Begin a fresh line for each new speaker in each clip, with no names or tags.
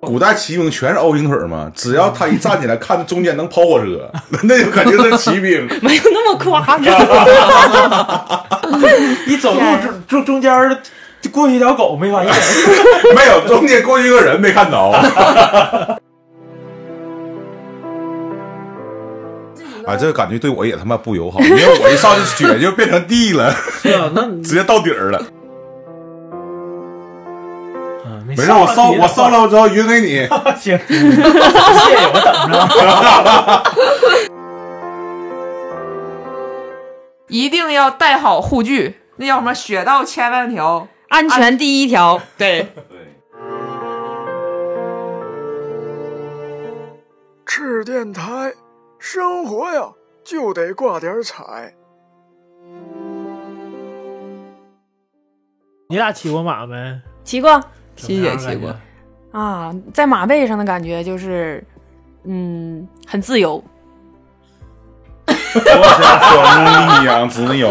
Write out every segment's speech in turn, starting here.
古代骑兵全是欧型腿儿嘛，只要他一站起来，看中间能跑火车， 那就肯定是骑兵。
没有那么夸张。
你走路
天
中中中间儿就过去一条狗没 发现，
没有，中间过去一个人没看着。啊，这个感觉对我也他妈不友好，因为我一上去血就变成地了，
是啊，那你
直接到底儿了。
嗯
没事，我
烧
烧我烧
了
了之后匀给 你。
别的话，行，谢谢我等着。
一定要带好护具，那叫什么？血到千万条。
安全第一条，
对，
赤电台，生活呀就得挂点彩。
你俩骑过马没？
骑过
七姐骑过，
啊，在马背上的感觉就是，嗯，很自由。
我像风一样自由，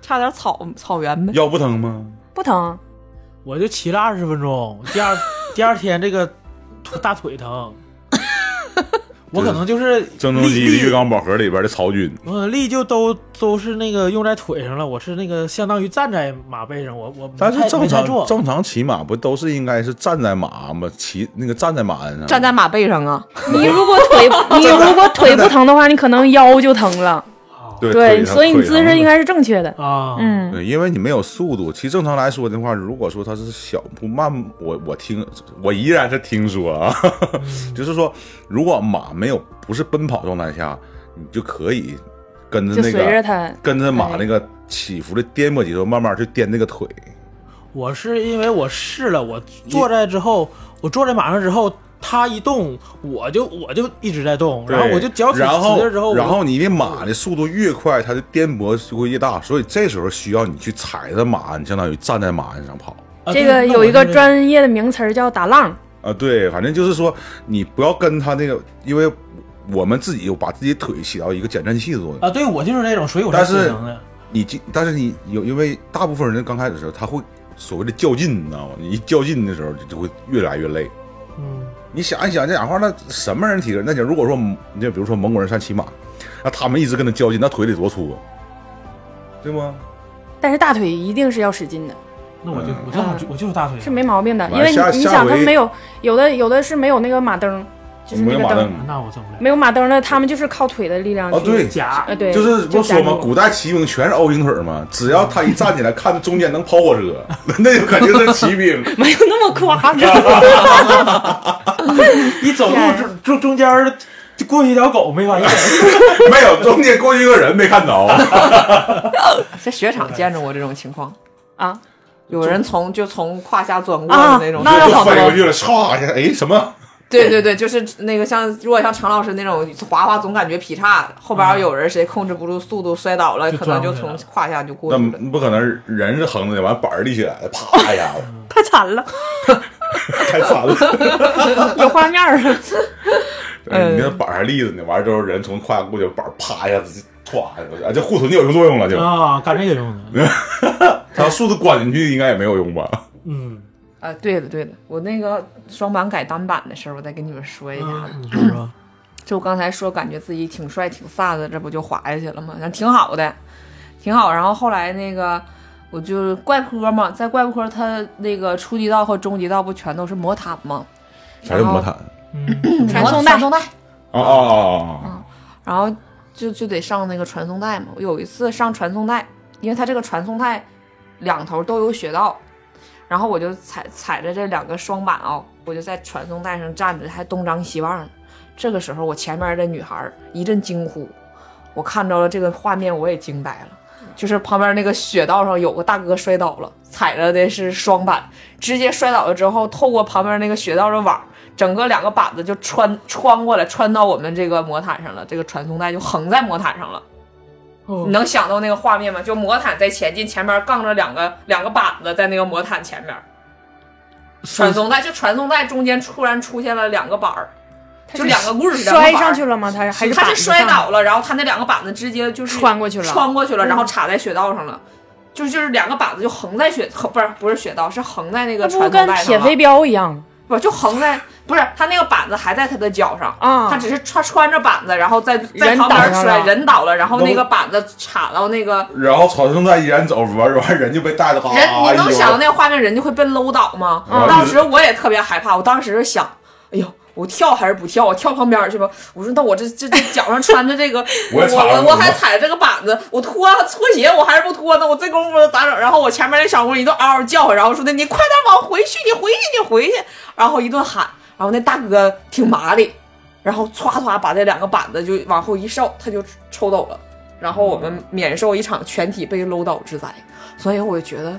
差点草草原呗。
腰不疼吗？
不疼，
我就骑了二十分钟，第 二第二天这个腿大腿疼，我可能就是
郑中
力
基的《月
力，
光宝盒》里边的曹军，
我可能力就都都是那个用在腿上了，我是那个相当于站在马背上，我我没
但是
太
正
没太
常
坐
正常骑马不都是应该是站在马吗？骑那个站在马鞍上，
站在马背上啊，
你如果 腿你如果腿不疼的话，你可能腰就疼了。
对
对，
腿上
所以你
腿上
姿势应该是正确的。
啊，
嗯，
对，因为你没有速度。其实正常来说的话，如果说它是小步慢，我我听我依然是听说啊， 就是说，如果马没有不是奔跑状态下，你就可以跟着
就
那
随着
个
它。
跟着马
哎
那个起伏的颠簸节奏，慢慢去颠那个腿。
我是因为我试了，我坐在之后，我坐在马上之后，它一动，我就我就一直在动，然后
对
我就脚趾
然
使
后
劲之后，
然后你的马的速度越快，它的颠簸就会越大，所以这时候需要你去踩着马鞍，相当于站在马鞍上跑。
啊
这
对
个
那
有
我
一个
就
专业的名词儿叫打浪，
啊，对，反正就是说，你不要跟他那个，因为我们自己有把自己腿起到一个减震器的作用。
啊，对我就是那种水火
但
山
是
平衡的，
你进，但是你有，因为大部分人刚开始的时候，他会所谓的较劲，你知道吗？你一较劲的时候，就就会越来越累。
嗯，
你想一想，这讲话，那什么人体格？那就如果说，你就比如说蒙古人上骑马，那他们一直跟他较劲，那腿得多粗啊，对吗？
但是大腿一定是要使劲的，
那我就
嗯
我正好就我就是大腿
是没毛病的。
完
因为
下
你你
下
想，他
回
没有有的有的是没有那个马蹬，就是
没
那
有
个
马
蹬，
蹬
啊那我整不了。
没有马蹬的，他们就是靠腿的力量
啊，
去
对，
夹
呃，对，
就是不
就是
说
夹
嘛，
住
古代骑兵全是 O 型腿儿嘛，只要他一站起来，看中间能跑火车， 那就肯定是骑 兵。
没有那么夸张。
你走路
天
中中中间儿就过去一条狗没发
哎
现，
没有，中间过去一个人没看着。
在雪场见着过这种情况，
啊，
有人从就从胯下钻过
啊
的那种。
那要
就
好多
飞过去了，唰一下，哎，什么？
对对对，就是那个像，如果像常老师那种滑滑总感觉劈叉，后
嗯
边有人谁控制不住速度摔倒了，
就
可能就
撞
从
上去了
胯下就过
那
去了。
不可能，人是横着的，完板儿立起来了，啪一下 子，
太惨了，
太惨 了。
有画面儿啊了。嗯
你那板儿还立着呢，完了之后人从胯下过去，板儿啪一下子就歘下过去，啊，这护臀就有作用了，就
嗯
啊，干这个用的，
他速度关进去应该也没有用吧？
嗯，
啊，对了对了，我那个双板改单板的事儿，我再跟你们
哎
说一下。啊
啊你说说，
就刚才说感觉自己挺帅挺飒的，这不就滑下去了吗？那挺好的，挺好。然后后来那个我就怪坡嘛，在怪坡它那个初级道和中级道不全都是魔毯吗？
啥叫魔毯？
嗯，
传送带
传送带。
啊啊啊啊啊！
然后就就得上那个传送带嘛。我有一次上传送带，因为它这个传送带两头都有雪道，然后我就踩踩着这两个双板啊、我就在传送带上站着，还东张西望呢。这个时候，我前面的女孩儿一阵惊呼，我看着了这个画面，我也惊呆了。就是旁边那个雪道上有个大哥摔倒了，踩着的是双板，直接摔倒了之后，透过旁边那个雪道的网，整个两个板子就穿穿过来，穿到我们这个魔毯上了，这个传送带就横在魔毯上了。
哦
你能想到那个画面吗？就魔毯在前进，前面杠着两个两个板子在那个魔毯前面，传送带就传送带中间突然出现了两个板儿，就两个棍儿，两个板
摔
儿
上去了吗？他还是
他
板
是
子
摔
上
倒了，然后他那两个板子直接就是
穿过去了嗯
穿过去了，然后插在雪道上了，就就是两个板子就横在雪，横不是不是雪道，是横在那个
那不
传统带
跟
上了。
铁飞镖一样吗？
不就横在，不是他那个板子还在他的脚上
啊
他只是穿穿着板子，然后在在
人
旁
倒
边
上
摔，
了
人倒了，然后
能
那个板子插到那个
然后草生在依然走，玩完人就被带的哈，
人，
哎
你
呦
能想到那个画面，人就会被搂倒吗？
嗯
当时我也特别害怕，我当时就想，哎呦。我跳还是不跳？我跳旁边去吧。我说，那我这这这脚上穿着这个，我
我也踩了
我
我
我还踩着这个板子，我脱脱鞋我还是不脱呢？我这功夫咋整？然后我前面那小姑一顿嗷嗷叫唤，然后说的你快点往回去，你回去，你回去。然后一顿喊，然后那大哥挺麻利，然后歘歘把这两个板子就往后一哨，他就抽走了。然后我们免受一场全体被搂倒之灾。所以我就觉得，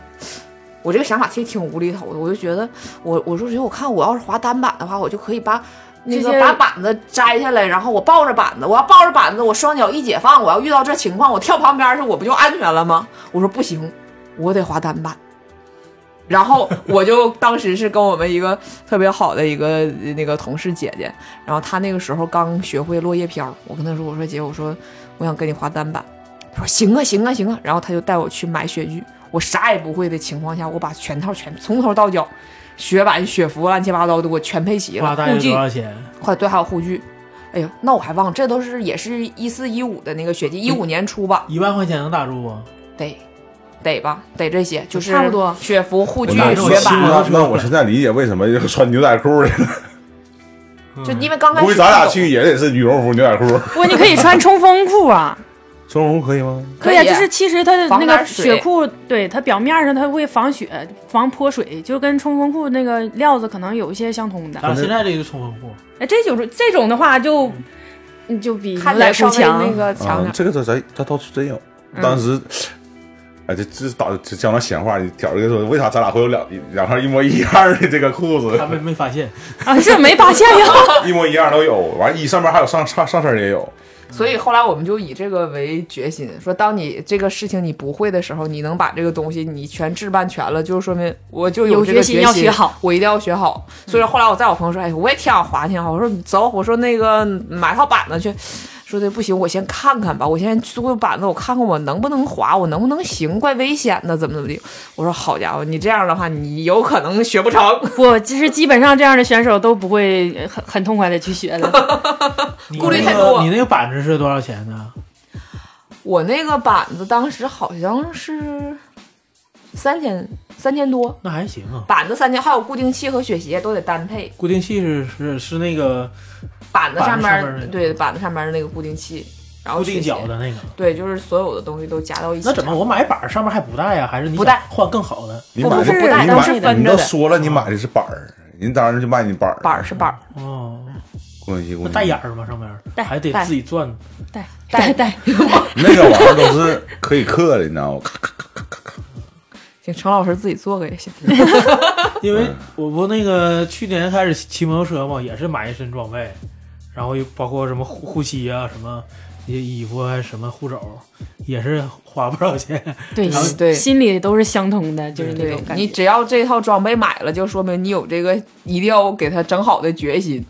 我这个想法其实挺无厘头的。我就觉得，我我说实话，我看我要是滑单板的话，我就可以把那
这
个
些
把板子摘下来，然后我抱着板子，我要抱着板子，我双脚一解放，我要遇到这情况，我跳旁边去，我不就安全了吗？我说不行，我得滑单板。然后我就当时是跟我们一个特别好的一个呃那个同事姐姐，然后她那个时候刚学会落叶飘，我跟她说，我说姐，我说我想跟你滑单板，她说行啊行啊行啊，然后她就带我去买雪具，我啥也不会的情况下，我把全套全从头到脚，雪板、雪服乱七八糟的我全配齐
花
了，
大
护
约多
具
少钱？
快对，还有护具。哎呦，那我还忘，了，这都是也是一四一五的那个雪季，一五年初吧，
一万块钱能打住不？
得得吧，得这些，就是
差不多
雪服、护具、
我哪
那
知
种
道
雪
西
板
服。
那啊那我现在理解为什么要穿牛仔裤了，
就因为刚开
估
始
计咱俩
有
去也得是羽绒服、牛仔裤。
不，你可以穿冲锋裤 啊，
双绒服可以吗？
可以啊，就是其实它的
防
那
点
个
水
雪裤，对它表面上它会防雪、防泼水，就跟冲锋裤那个料子可能有一些相通的。
咱俩现在这个冲锋裤，
哎，这种这种的话就，你就比
看
牛
起
仔
来稍
裤
微
强
那。个
啊
强点，儿。
这个这咱他倒是真有，当时。哎，这这打这讲点闲话，你挑着跟说，为啥咱俩会有两两套一模一样的这个裤子？
他们没发现，
啊，这没发现 呀？
一模一样都有，完一上面还有上上上身也有，
所
嗯
以后来我们就以这个为决心，说当你这个事情你不会的时候，你能把这个东西你全置办全了，就是说明我就
有
这个
决心要学好，嗯
我一定要学好。所以后来我在我朋友说，哎，我也挺想滑去啊，我说你走，我说那个买套板子去。说的不行，我先看看吧，我先租个板子，我看看我能不能滑，我能不能行，怪危险的，怎么怎么地。我说好家伙，你这样的话，你有可能学 不成。
不，其实基本上这样的选手都不会很很痛快的去学的。
你
顾虑
那
太
个
多
你那个板子是多少钱呢？
我那个板子当时好像是三千三千多，
那还行啊。
板子三千，还有固定器和雪鞋都得单配。
固定器是是是那个
板子上面
板子上面
儿
那个
对板子上面儿那个固定器，然后
固定
雪鞋
脚的那个。
对，就是所有的东西都夹到一起。
那怎么我买板儿上面还不带啊呀、还是你
不
想
带
换更好的？
你
不
买
不
的
是
你
不带
买
都是分
你
着
都
的
说了你买的是板儿，人当然就卖你板儿，
板儿是板儿，
哦，
公斤公
那
斤，
带眼儿吗？上面
带
还得
嗯带
自己转。
带
带
带，
那个玩意儿 都是可以刻的，你知道吗？
请程老师自己做个也行。
因为我不那个去年开始骑摩托车嘛，也是买一身装备，然后又包括什么护护膝啊，什么一些衣服啊，什么护肘，也是花不少钱。
对
然后
对
心里都是相通的，就是那
对
种感
你
觉。
只要这套装备买了，就说明你有这个一定要给它整好的决心，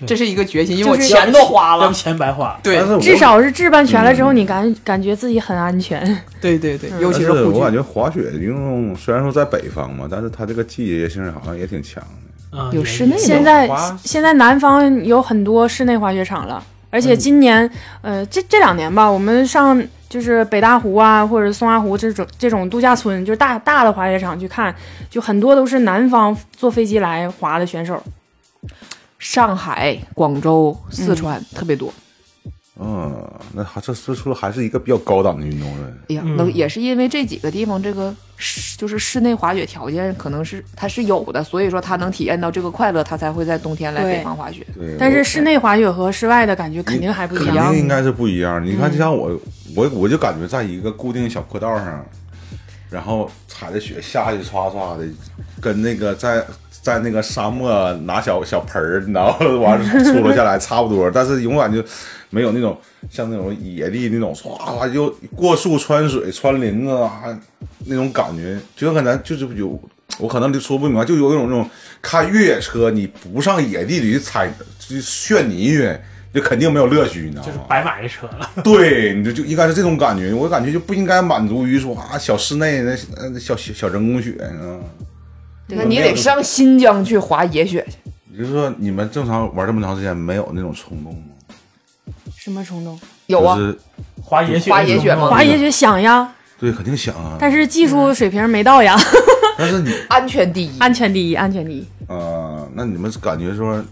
对
这是一个决心，因为我
就是
钱都花
要
了
不。钱白花。
对
但是我
至少是置办全了之后，你感感觉自己很安全。
对对对，尤
但
其
是
护
我感
具，
觉滑雪的运动虽然说在北方嘛，但是它这个季节性好像也挺强的。
嗯，
有
也
室内的
现在
花
现在南方有很多室内滑雪场了，而且今年，呃，这这两年吧，我们上就是北大湖啊，或者松花湖这种这种度假村，就是大大的滑雪场去看，就很多都是南方坐飞机来滑的选手。
上海、广州、四川特别多。
嗯，那还这这说还是一个比较高档的运动了。
哎呀，
嗯
那也是因为这几个地方这个室就是室内滑雪条件可能是它是有的，所以说他能体验到这个快乐，他才会在冬天来
对
北方滑雪。
对，
但是室内滑雪和室外的感觉肯定还啊不一
肯
样嗯
定。应该是不一样。你看，就像我，我我就感觉在一个固定小坡道上，然后踩着雪下去唰唰的，跟那个在在那个沙漠拿小小盆儿，然后完了出落下来差不多，但是永远就没有那种像那种野地那种唰唰就过树穿水穿林子啊那种感觉，就跟咱就是有。我可能就说不明白，就有一种那种开越野车，你不上野地里去踩去炫泥去，就肯定没有乐趣，你知道吗？
就是白买这车了。
对，你就就应该是这种感觉，我感觉就不应该满足于说啊小室内那呃小小小人工雪，嗯，
对
那你得上新疆去滑野雪去。
你就说你们正常玩这么长时间，没有那种冲动吗？
什么冲动？
有啊
就，是
滑野雪，
滑野雪吗
滑野雪想呀，
对，肯定想啊。
但是技术水平没到呀，
但是你
安全第一。
安全第一，安全第一。
啊，那你们感觉说，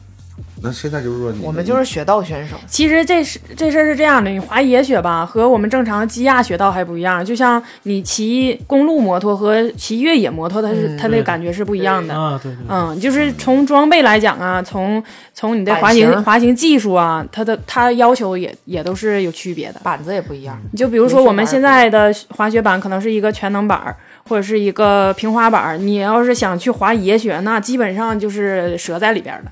那现在就是说你，
我们就是雪道选手，
其实这是这事儿是这样的，你滑野雪吧，和我们正常基亚雪道还不一样。就像你骑公路摩托和骑越野摩托，它是、
嗯
它的感觉是不一样的。
啊，对对，对
嗯，就是从装备来讲啊，从从你的滑
版型
行滑行技术啊，它的它要求也也都是有区别的。
板子也不一样。
你就比如说我们现在的滑雪板可能是一个全能板儿，或者是一个平滑板儿，你要是想去滑野雪，那基本上就是折在里边儿了。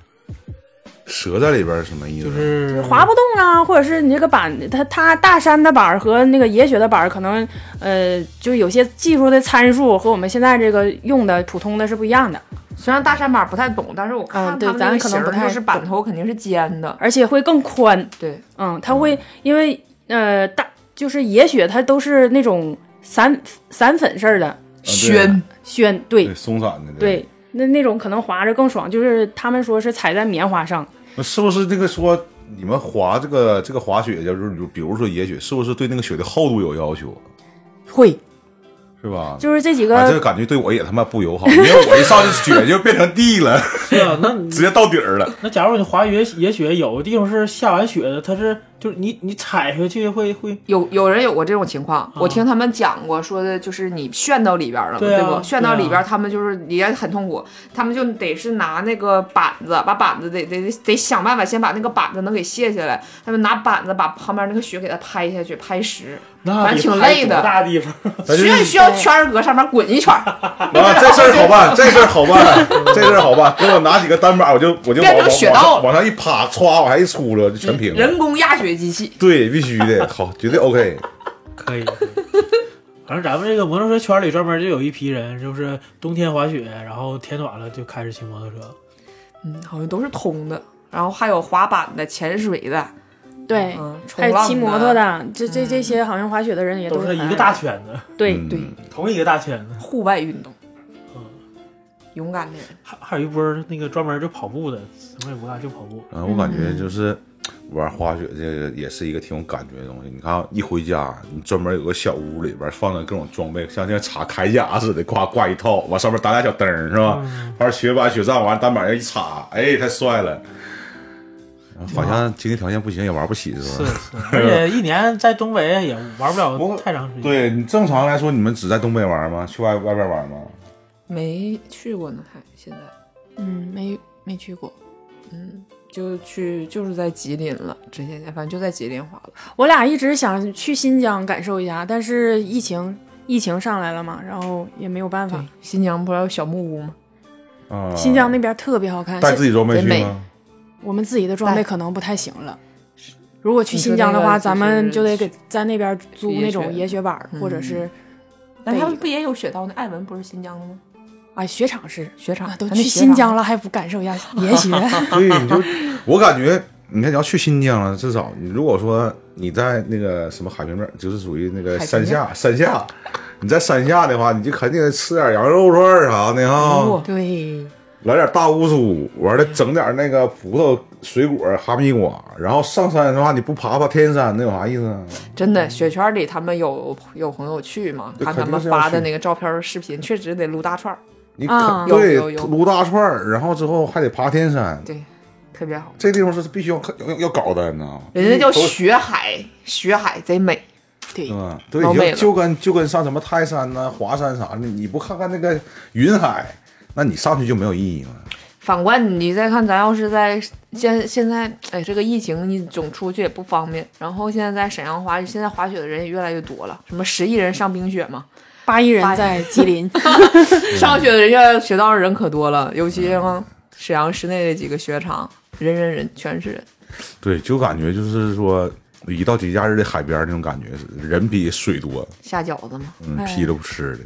折在里边儿是什么意思？
就是
嗯
滑不动啊，或者是你这个板，它它大山的板儿和那个野雪的板儿，可能呃，就有些技术的参数和我们现在这个用的普通的是不一样的，
虽然大山板不太懂，但是我看
嗯对
他们
咱
那个
可能
型儿
不太
就是板头肯定是尖
啊
的。
而且会更宽。
对，
嗯，它会因为呃大就是野雪它都是那种散散粉式儿的
宣
宣，对
对松散的，
对，那那种可能滑着更爽，就是他们说是踩在棉花上，
那是不是这个说你们滑这个这个滑雪，就是比如比如说野雪，是不是对那个雪的厚度有要求，
嗯
会，
是吧？
就是这几
啊，这个
个
感觉对我也他妈不友好， 因为我一上去雪就变成地 了，
是啊，那
直接到底儿了。
那假如你滑野野雪，有的地方是下完雪的，它是就是你你踩下去会会
有有人有过这种情况，
嗯
我听他们讲过，说的就是你炫到里边了嘛，
对啊
不？炫到
对啊
里边，他们就是也很痛苦，他们就得是拿那个板子，把板子得得得得想办法先把那个板子能给卸下来，他们拿板子把旁边那个雪给它拍下去，拍实，
那
反
得
正挺
拍
累
多
的
大地方
咱就
需
是
要需要圈儿搁上面滚一圈儿，
啊，这事儿好办，这事儿好办， 这事儿好办。给我拿几个单板，我就我就往
变
往
成雪
往
道
上往上一趴，歘往下一出了，就全平了。
人工压雪机器。
对，必须的，好，绝对 OK。
可 以。可以反正咱们这个摩托车圈里专门就有一批人，就是冬天滑雪，然后天暖了就开始骑摩托车。
嗯，好像都是通的，然后还有滑板的、潜水的，
对。
嗯，冲
还有
浪
骑摩托，的，这这这些好像滑雪的人也
都
是
是一
很
个
爱
大圈子，
对，
嗯
对，
同一个大圈子。
户外运动，
嗯
勇敢的人，
还还有一波那个专门就跑步的，什么也不干就跑步。
嗯，我感觉就是玩滑雪这个也是一个挺有感觉的东西。你看，一回家，你专门有个小屋里边放着各种装备，像现在插铠甲似的，挂挂一套，往上面打俩小灯儿是吧？玩雪板、雪杖，完单板上一插，哎，太帅了。好像经济条件不行也玩不起是
是
吧？
是，啊而且一年在东北也玩不了太长时间。
对你正常来说，你们只在东北玩吗？去外外边玩吗？
没去过呢，还现在，
嗯，没没去过。
嗯，就去就是在吉林了，这些年反正就在吉林滑了，
我俩一直想去新疆感受一下，但是疫情疫情上来了嘛，然后也没有办法
对。，新疆不是有小木屋吗？
啊，
新疆那边特别好看，
带自
现
己装备
真
去
美
吗？
我们自己的装备
带
可能不太行了。如果去
你说
新疆的
那
话，
个
咱们
就
就是得给在那边租
野
那
雪嗯
种野雪板儿，或者是
那他
对
们不也有雪道？那艾文不是新疆的吗？
啊雪场是
雪场
啊，都
他那
去
雪
新
场
疆了还不感受一下野 雪？
所以你就，我感觉，你看你要去新疆了，至少你如果说你在那个什么海平面，就是属于那个
海平
山
面
下，山下，你在山下的话，你就肯定得吃点羊肉串儿啥的哈
哦，
对，
来点大乌苏，完了整点那个葡萄、水果、哈密瓜，然后上山的话，你不爬爬天山，那有啥意思啊？
真的，雪圈里他们有有朋友去嘛，
对
看
肯
他
定
们
是要
发的
去
那个照片儿视频，确实得撸大串儿，
你
啊
肯对
有有有
撸大串儿，然后之后还得爬天山，
对，特别好。
这地方是必须要要要搞的，你知道吗？
人家叫
都
雪海，雪海贼美。
对
对吧？对，
老
你
美
就
了
就跟就跟上什么泰山呐、华山啥的，你不看看那个云海，那你上去就没有意义了。
反观你再看，咱要是在现现在，哎，这个疫情你总出去也不方便。然后现在在沈阳滑，现在滑雪的人也越来越多了，什么十亿人上冰雪嘛，
八一人
八一
在吉 林，
上雪的人越来越雪道上人可多了，尤其像沈阳市内的几个雪场，人人人全是人。
对，就感觉就是说，一到节假日的海边那种感觉，人比水多，
下饺子嘛，
嗯，
哎
批着不吃的。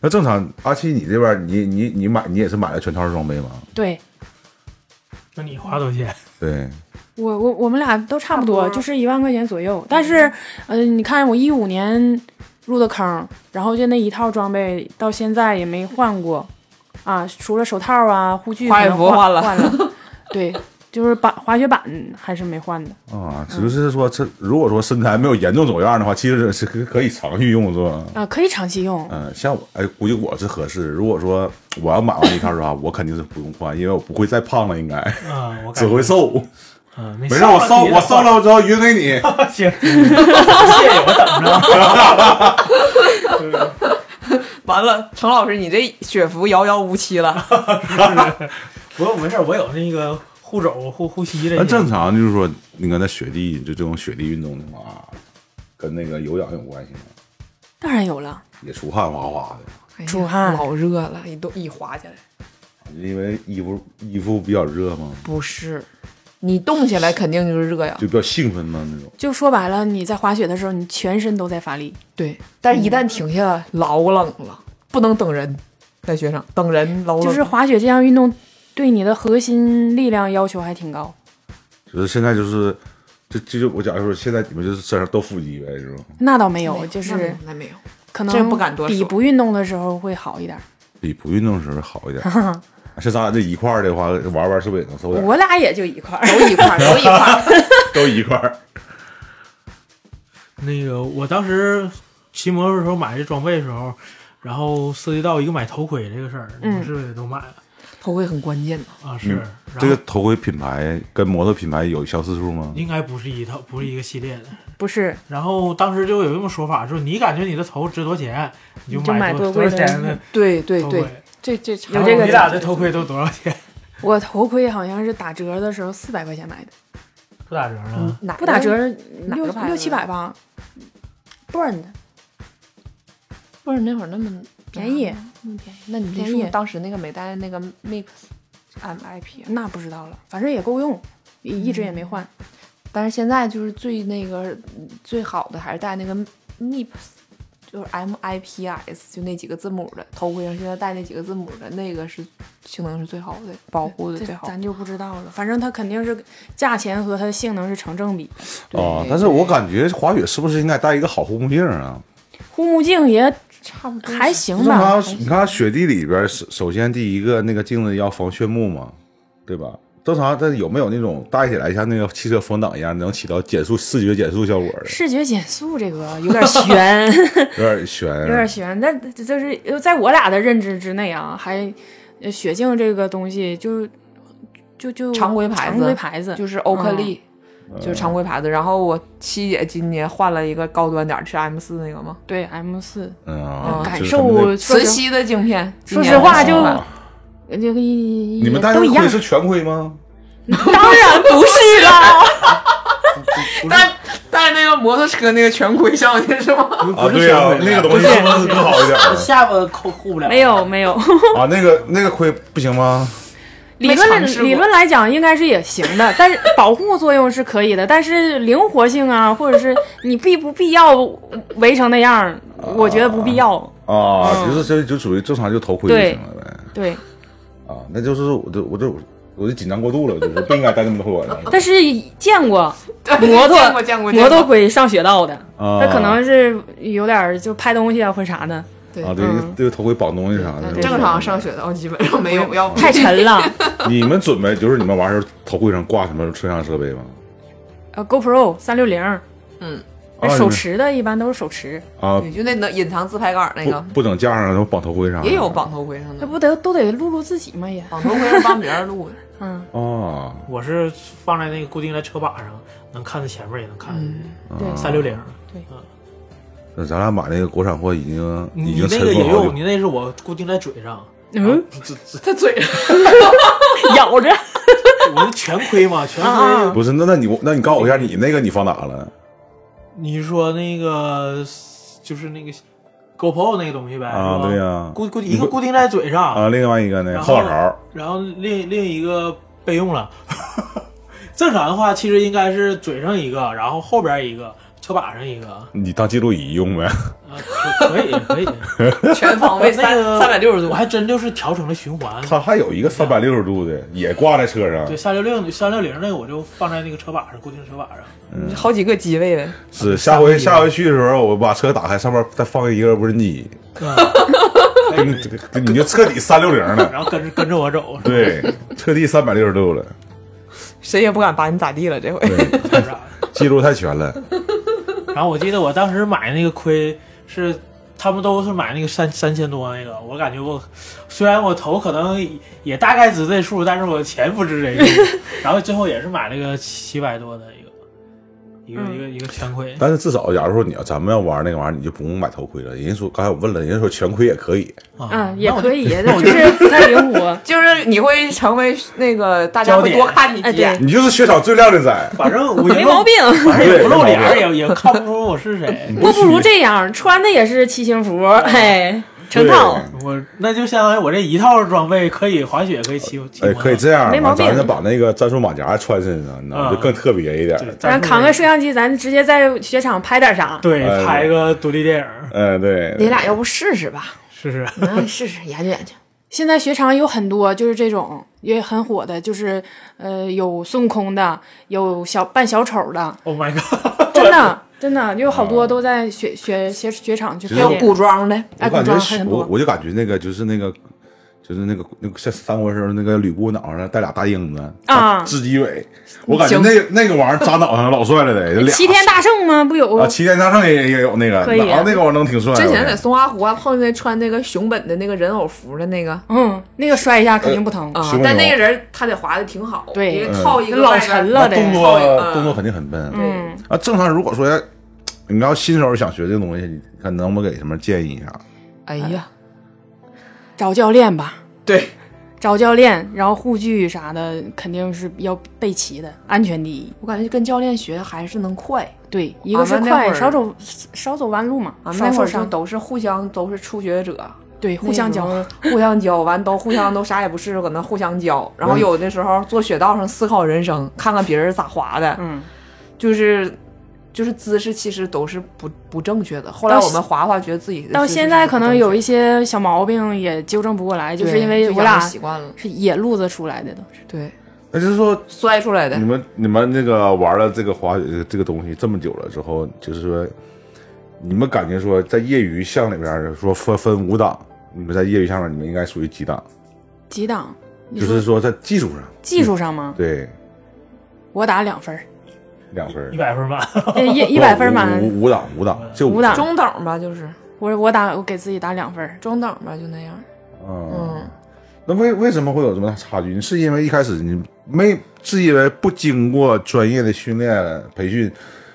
那正常，阿七，你这边你你你买你也是买了全套装备吗？
对。
那你花多少钱？
对，
我我我们俩都差不
差
多，
不多
呃就是一万块钱左右。但是，嗯、你看我一五年入的坑，然后就那一套装备到现在也没换过，啊，除了手套啊、护具
滑雪
可能
服
换
换了
换 了，对，就是板滑雪板还是没换的。
啊，只是说这如果说身材没有严重走样的话，其实是可可以长期用，是吧？
啊，可以长期用。
嗯，像我哎，估计我是合适。如果说我要买完一套的话，我肯定是不用换，因为我不会再胖了，应该
啊，我
只
感觉
会瘦。
嗯，
没事，我
了
瘦，
别
我
的
瘦了之后匀给你。
话行，谢谢我等着。
完了，程老师，你这雪服遥遥无期了。
我有没事儿，我有那个护肘、护护膝
那
这些。
啊正常就是说，你看那雪地就这种雪地运动的话，跟那个有氧有关系吗？
当然有了，
也出汗哗哗的，
哎呀
出汗
老热了，一都一滑起来。
因为衣服衣服比较热嘛，
不是，你动起来肯定就是热呀。
就比较兴奋嘛那种。
就说白了，你在滑雪的时候，你全身都在发力。
对，但是一旦停下来，老冷了，不能等人，在雪场等人老冷。
就是滑雪这项运动对你的核心力量要求还挺高。
就是现在就是，这这就我假如说现在你们就是身上都腹肌呗，是吧？
那倒没
没
有，就是
那那没有，
可能
这不敢多说
比不运动的时候会好一点。
比不运动时候好一 点。像咱俩这一块儿的话，玩玩是不是也能瘦点儿？
我俩也就一块儿，
都一块儿，都一块儿。
都一块儿。
那个，我当时骑摩托的时候买这装备的时候，然后涉及到一个买头盔这个事儿，你们
嗯
是不是也都买了
头盔很关键的，
啊？是，
嗯
然
这个
后
头盔品牌跟摩托品牌有相似处吗？
应该不是一套，不是一个系列的。
不是
然后当时就有这么说法，就是你感觉你的头值多少钱，你就
你就买
多
多
多
贵
少
的嗯
钱的
对对
头盔。
对，这这
有
然后
这个
你俩这头盔都多少
嗯
钱？
我头盔好像是打折的时候四百块钱买的，
不打折呢？
哪个
不打折
哪
六
个牌子
六七百吧。Burn 的
不是那会儿那么
便宜，
那么便宜。那你
便
别
宜
说当时那个美代那个 Mix MIP，
那不知道了，反正也够用，也一直也没换。
嗯但是现在就是最那个嗯最好的还是戴那个 MIPS，就是 MIPS，就那几个字母的头盔上现在戴那几个字母的那个是性能是最好的，保护的
这
最好。
咱就不知道了，反正它肯定是价钱和它的性能是成正比的。
对
啊，但是我感觉滑雪是不是应该戴一个好护目镜啊？护
护目镜也
差不多
还行
正
吧，
常，你看雪地里边儿，首首先第一个那个镜子要防眩目嘛，对吧？正常，但有没有那种戴起来像那个汽车风挡一样，能起到减速视觉减速效果的？
视觉减速这个有点 悬，
有点悬啊，
有点悬，但这这是在我俩的认知之内啊，还呃雪镜这个东西就是就就
常规牌子
常规牌子
就是欧克力，就是常规牌子。然后我七姐今年换了一个高端点儿，是 M 四那个吗？
对 M 四，
嗯
嗯
啊，
哦感
就是他们那
受说
磁
实
吸的镜片，啊
说
今
实
年
话
的
就
新款
这个一
你们戴
都
的
一
盔
样，
是全盔吗？
当然不 是了，
戴戴那个摩托车那个全盔上去是吗？
啊，
不
对
是
呀，
全盔
那个东西是不是更好一点儿
下巴扣护不了。
没有没有，
啊？那个那个盔不行吗？
理
尝试
论
过
理论来讲应该是也行的，但是保护作用是可以的，但是灵活性啊， 或者是你必不必要围成那样儿，我觉得不必要，
啊，
嗯
就是这就属于正常就头盔就
对
行了呗。
对。
啊，那就是我就我就我就紧张过度了，就是不应该戴那么 多盔。
但是见过
对
摩托
见过见过见
摩
过
托龟上雪道的，
哦
啊，
那可能是有点儿就拍东西啊或啥的，
对
啊，对
嗯
对头盔绑东西啥的。
正常上学的，哦，基本上没有要
太沉 了。
你们准备就是你们玩的时候头盔上挂什么摄像设备吗？
呃，GoPro 三六零，哎
嗯，
啊
哦
手持的一般都是手持，
啊，
对，就那能隐藏自拍杆儿那
不
个，
不整架上，然后绑头盔上啊
也有绑头盔上
那
的，
不得都得录录自己吗也？
绑头盔是帮别人录的。
嗯，
啊，
我是放在那个固定在车把上，能看到前面，也能看
嗯
见
对
哦三六零。
那咱俩买那个国产货已经已
你
经
那
沉
个
沦
也
好
用，你
久，
那是我固定在嘴上，啊
嗯，
这这
他嘴上
咬着，
哦我是全盔 嘛，全
啊
盔。
不是？那那你那你告诉我一下，你那个你放哪了？
你说那个就是那个 GoPro 那个东西呗，
啊
是吧
对呀
固固一个固定在嘴上，
啊，另外一个呢，
然
后
后
脑勺
然后另另一个备 用了。正常的话，其实应该是嘴上一个，然后后边一个，车把上一个啊，
你当记录仪用呗。
可可以可 以。
全方位三三百六十度
我，还真就是调成了循环。
它还有一个三百六十度的，也挂在车上
对，，三六六三六零那个我就放在那个车把上，固定车把上。
嗯
好几个机位呗。
是下回下回去的时候，我把车打开，上面再放一个无人机，跟你就彻底三六零了，
哎然后跟着跟着我走，
对，彻底三百六十度了，
谁也不敢把你咋地了，这回。
对，
是啥？
记录太全了。
然后我记得我当时买那个盔是，他们都是买那个三三千多那个，我感觉我虽然我头可能也大概值这数，但是我钱不值这个，然后最后也是买了个七百多的一个。一个一个一个全盔，
但是至少，假如说你要咱们要玩那个玩意儿，你就不用买头盔了。人家说刚才我问了，人家说全盔也可以，
啊
嗯，也
那我就
可以，就是不太灵 活
就是你会成为那个大家会多看你
哎，
几眼。
对，
你就是雪场最靓的仔。
反正我
没毛病。
反正也不露脸儿，
对
也也看不出我是谁。
莫不如这样，穿的也是骑行
哦
服，嘿，成
对
套。
我那就相当于我这一套装备可以滑雪，可以骑骑摩
哎，
托
可以这样，
没毛
完
病
咱再把那个战术马甲穿身上，你知道吗？
嗯
就更特别一点。
对，
咱
咱们
扛个摄像机，咱直接在雪场拍点啥。
对
哎
拍个独立电影，
嗯，对。
你俩要不试试吧？
试试。
嗯，试试研究研究。
现在雪场有很多就是这种也很火的，就是呃有孙悟空的，有小扮小丑的，
Oh my god！
真的真的有好
嗯
多都在雪雪雪雪场去
只
拍
还有
电影。
古装的，
哎，
我
古
感
装
觉
很
是我
多。
我就感觉那个就是那个就是那个那个像三国时候那个吕布脑上戴俩大缨子
啊
织鸡尾，我感觉那个那个玩意儿扎脑上老帅了得，就俩
齐天大圣吗？不有
啊，齐天大圣也也有那个，
可以啊
拿那个玩意儿能挺帅的。
之前在松花湖还碰见穿那个熊本的那个人偶服的那个
嗯，那个摔一下肯定不疼。
啊
熊，
但那
牛
个人他得滑的挺好，
对
一个套一个
老沉了
那
得
动
靠一个
作动作肯定很笨。
哎
嗯，
啊，正常如果说要你要新手想学这个东西，你看能不能给什么建议啊啥？
哎呀，
找教练吧，
呃对，
找教练，然后护具啥的肯定是要备齐的，安全第一。
我感觉跟教练学还是能快。
对，一个是
俺们那
快，
会儿
少走少走弯路嘛，
俺们
少
那会
受
儿就
伤。
都是互相都是初学者，
对，互相教。，
互相教，完都互相都啥也不是，搁那互相教。然后有的时候坐雪道上思考人生，看看别人咋滑的，
嗯，
就是就是姿势其实都是不不正确的。后来
到
我们滑滑觉得自己的
到
姿势
现
是
在
不
可能
正
有
确
一些小毛病也纠正不过来，
的
就是
对
因为
就
我
养
俩
成习惯了，
是野路子出来的，都是。
对，
那就是说，
摔出来的
你。们你们那个玩了这个滑雪这个这个东西这么久了之后，就是说，你们感觉说在业余项里边儿说分分五档，你们在业余项面你们应该属于几档？
几档？你
就
说
是说在技术上，
技术上吗？
对
我打两分儿，
两分儿
一，百分吧，
呃一一百分儿满，
五五五档五档就
五档
中等吧，就是
我我打我给自己打两分儿。
中等吧，就那样。
嗯
嗯，
那为为什么会有这么大差距？是因为一开始你没是因为不经过专业的训练培训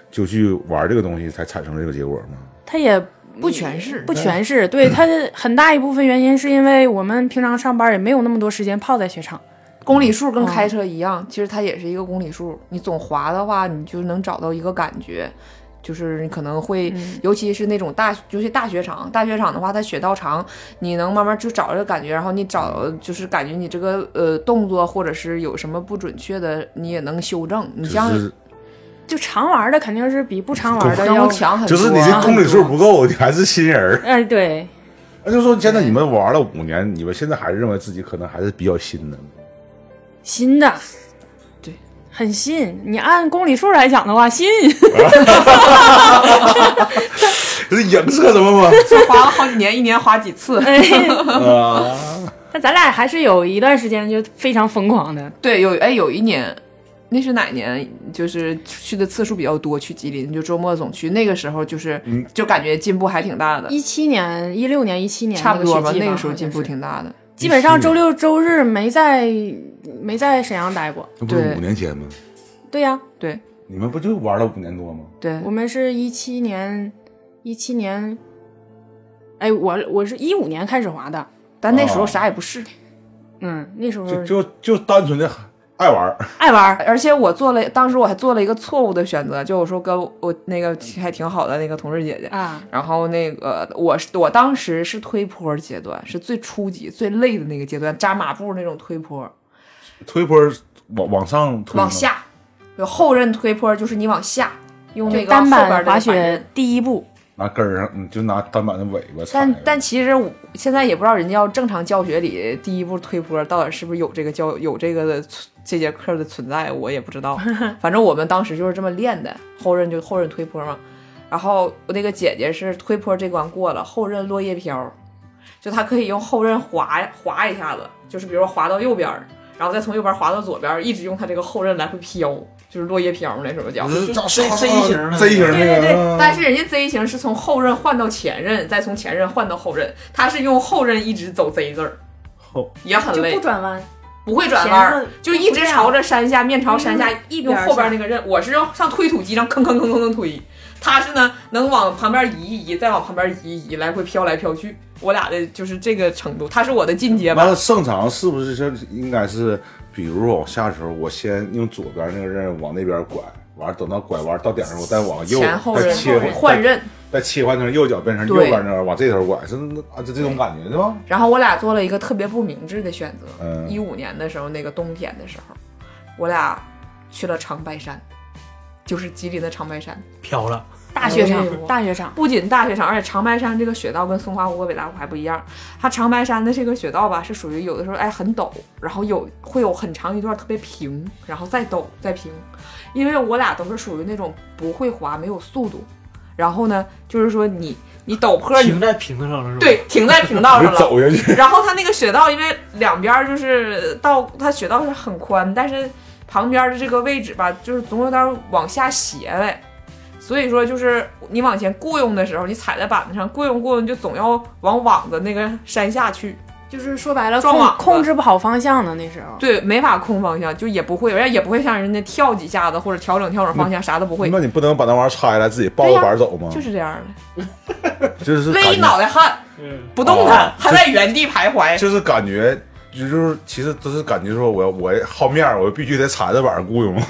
就去玩这个东西，才产生这个结果吗？
他也
不全是
不全是，对他很大一部分原因是因为我们平常上班也没有那么多时间泡在雪场。
公里数
嗯
跟开车一样，其实它也是一个公里数。你总滑的话，你就能找到一个感觉，就是你可能会，
嗯
尤其是那种大，尤其大雪场，大雪场的话，它雪道长，你能慢慢就找这个感觉，然后你找就是感觉你这个呃动作或者是有什么不准确的，你也能修正。你
只
像
是
就常玩的肯定是比不常玩的
要
要。
强很
就
多，
是你这公里数不够，你还是新人 儿。
哎，对，
那就说现在你们玩了五年，你们现在还认为自己可能还是比较新的吗，
新的，
对，
很新。你按公里数来讲的话，新。
这是影射什么吗？
滑了好几年，一年滑几 次。
哎，
啊，
那咱俩还是有一段时间就非常疯狂的。
对，有哎，有一年，那是哪年？就是去的次数比较多，去吉林，就周末总去。那个时候就是，就感觉进步还挺大的，
一七年、一六年、一七年
差不多吧。
那
那
个雪
个
季
时候进步
好像是
挺大的。
基本上周六周日没在没在沈阳待过。
那不是
对
五年前吗？
对呀、
对
你们不就玩了五年多吗？
对，
我们是一七年，一七年，哎，我我是一五年开始滑的，
但那时候啥也不是，
嗯，那时候
就就就单纯的爱玩儿，
爱玩儿，
而且我做了，当时我还做了一个错误的选择，就我说跟我我那个还挺好的那个同事姐姐。
啊，
然后那个，我是我当时是推坡阶段，是最初级、最累的那个阶段，扎马步那种推坡。
推坡往往上推，
往，下，有后刃推坡就是你往下，用
就
那个
单
后边
板
这个
滑
板
雪
刃。
第一步，
拿根儿上，嗯，就拿单板的尾巴踩
但
着。
但其实我现在也不知道人家要正常教学里第一步推坡到底是不是有这个教有这个的存这节课的存在，我也不 知道。反正我们当时就是这么练的，后刃就后刃推坡嘛。然后我那个姐姐是推坡这关过了，后刃落叶飘，就她可以用后刃滑滑一下子，就是比如说滑到右边儿，然后再从右边滑到左边儿，一直用她这个后刃来回飘，就是落叶飘那什么叫。
这这
Z- Z 型的
Z 型那
对对
个嗯
对，，但是人家 Z 型是从后刃换到前刃，再从前刃换到后刃，他是用后刃一直走 Z 字儿，
后
也很
就
累，
不
不
转弯，
会转弯
前
儿
刃，
就一直朝着山下，面朝山下，
一边
用
儿
后边那个刃。我是用上推土机上吭吭吭吭吭推，他是呢能往旁边移一移，再往旁边移一移，来回飘来飘去。我俩的就是这个程度，他是我的进阶
完
版
了，。正常是不是是应该是，比如往下的时候，我先用左边那个刃往那边拐，完了等到拐弯到点上，我再往右
前后
再
刃
切换
换
再
刃，
再切换成右脚变成右
对
边那边往这头拐，是那啊就这种感觉对吧？
然后我俩做了一个特别不明智的选择。
嗯，
一五年的时候，那个冬天的时候，我俩去了长白山，就是吉林的长白山。
飘了，
大雪场
哎呦，
大雪场，
不仅大雪场，而且长白山这个雪道跟松花湖和北大湖还不一样。它长白山的这个雪道吧，是属于有的时候哎很陡，然后有会有很长一段特别平，然后再陡再平。因为我俩都是属于那种不会滑、没有速度，然后呢，就是说你你陡坡你
停在瓶子上了是吧？，
对停在平道
我就
上了，
走下 去，
然后它那个雪道，因为两边儿就是道，它雪道是很宽，但是旁边儿的这个位置吧，就是总有点儿往下斜嘞。所以说，就是你往前雇佣的时候，你踩在板子上雇佣雇佣，就总要往网的那个山下去。
就是说白了
撞
控
网子
控制不好方向的那时候，
对，没法控方向，就也不会，人家也不会像人家跳几下子或者调整调整方向，啥都不会
那，你不能把那玩意儿拆下来自己抱个板走吗？
就是这样
就是
的，
感
勒
觉
一脑袋汗，
嗯，
不动弹
哦，
还在原地徘徊。
就是感觉。就是其实都是感觉说我我好面儿，我必须得踩着板儿雇佣。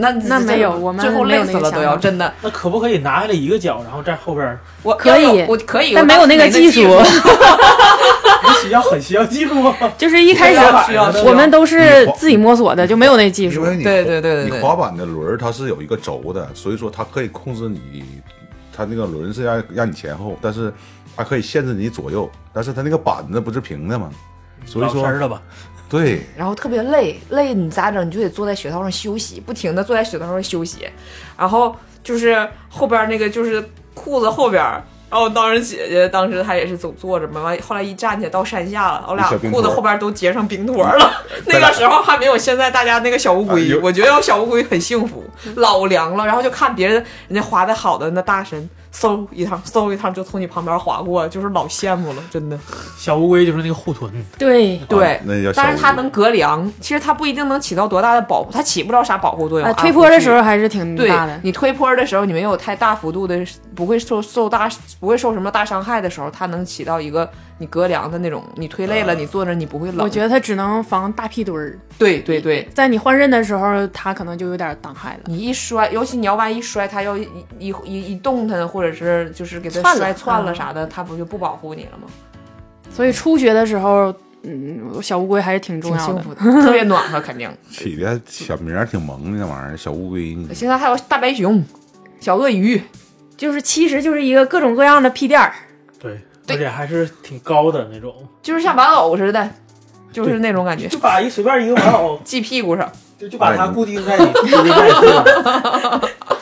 那
那没有我们
最后
没有那
累死
个
了
想
都要，
法
真的。
那可不可以拿下来一个脚，然后在后边儿？
我
可
要有
以
我可以，
但
我
没有
当时
那个
没
技术
你需要很需要技术吗？啊
就是一 开始
需要需要需要
我们都是自己摸索的，就没有那技
因
术。
为你
对
滑
对对对
你
对
滑板的轮儿它是有一个轴的，所以说它可以控制你，它那个轮是让让你前后，但是它可以限制你左右，但是它那个板子不是平的吗？ 所以
老实
说，
了吧，
对，
然后特别累，累你咋整？你就得坐在雪道上休息，不停的坐在雪道上休息。然后就是后边那个就是裤子后边，然后当时姐姐当时她也是总坐着嘛，完后来一站起来到山下了，我俩
一小冰
裤子
坨儿
后边都结上冰坨儿 了。那个时候还没有现在大家那个小乌
啊
龟，
有
我觉得有小乌龟很幸福，老凉了。然后就看别人人家滑的好的那大神，嗖一趟嗖一趟就从你旁边滑过，就是老羡慕了，真的。
小乌龟就是那个护臀，
对，
对，
啊那叫小
但是它
乌龟
能隔凉，其实它不一定能起到多大的保护，它起不着啥保护作用。
呃，
啊
推坡的时，候还是挺
对
大的，
你推坡的时候，你没有太大幅度的，不会受受大不会受什么大伤害的时候，它能起到一个你隔凉的那种。你推
啊
累了，你坐着你不会冷。
我觉
得
得它只能防大屁墩儿，
对对对，
在你换刃的时候，它可能就有点挡害了。
你一摔，尤其你要万一摔，它要一一一一动它，或者是就是给它
窜了
摔窜了
嗯
啥的，它不就不保护你了吗？
所以初学的时候，嗯，小乌龟还是挺重
挺
要
幸
的。
福的，特别暖和，肯 定。
起的小名儿挺萌的那玩意儿，小乌 龟。
现在还有大白熊、小鳄鱼，
就是其实就是一个各种各样的屁垫儿，
对，
对
而且还是挺高的那种，
就是像玩偶似的，就是那种感觉，
就把一随便一个玩偶，
系屁股上。
就就把
哎
它固定在你固定在你身上。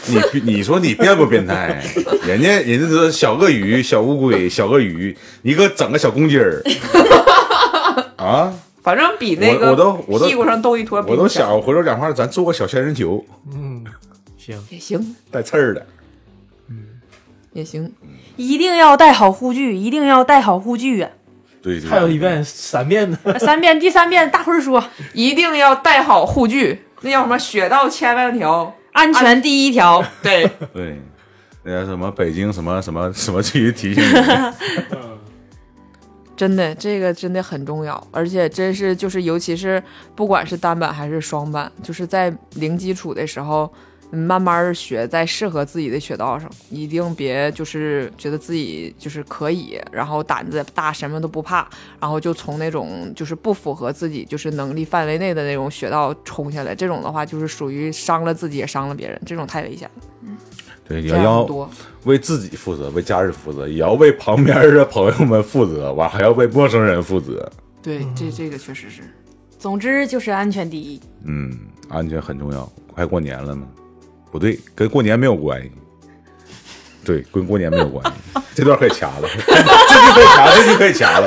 你别你说你变不变态？人家人家说小鳄鱼、小乌龟、小鳄鱼，你给我整个小公鸡 儿啊！
反正比那个
我我都我都
屁股上兜一坨比
我都
你小
想回头讲话，咱做个小仙人球，
嗯，行，
也行
带刺儿的。
也行，
一定要带好护具，一定要带好护具啊！呃
对，对
还有一遍三遍呢，
三遍，第三遍大辉儿说，
一定要带好护具，那叫什么雪道千万条，
安全第一条。
对，
对，那叫什么北京什么什么什么区提醒 你，
真的这个真的很重要，而且真是就是尤其是不管是单板还是双板，就是在零基础的时候。你慢慢儿学，在适合自己的雪道上，一定别就是觉得自己就是可以，然后胆子大，什么都不怕，然后就从那种就是不符合自己就是能力范围内的那种雪道冲下来，这种的话就是属于伤了自己也伤了别人，这种太危险了。
对，也
这样
要
多，
为自己负责，为家人负责，也要为旁边的朋友们负责，完还要为陌生人负责。
对，这这个确实是。
总之就是安全第一。
嗯，安全很重要。快过年了呢，不对，跟过年没有关系。对，跟过年没有关系。 这段可以掐了，这句可以掐，这句可以掐了。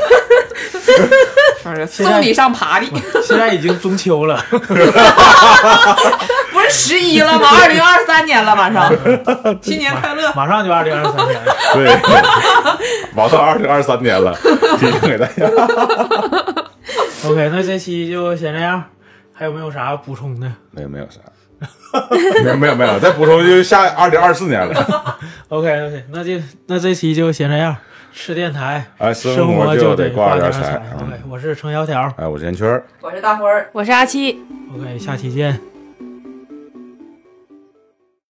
反正
在
送你上爬里，
现在已经中秋了，
不是十一了吗？二零二三年了，马上，新年 快乐！
马上就二零二三年了。
对，马上二零二三年 了，提醒给大家。
OK，那这期就先这样，还有没有啥补充的
没有没有啥， 没有没有没有，再补充就下二零二四年了。
？OK OK，那就那这期就先这样，吃电台，
哎生
生
活就
就
得挂点
挂点
彩
彩。
嗯
OK，我是程小条
哎，我是圆圈儿。
我是大辉儿。
我是阿七。
，OK，下期见。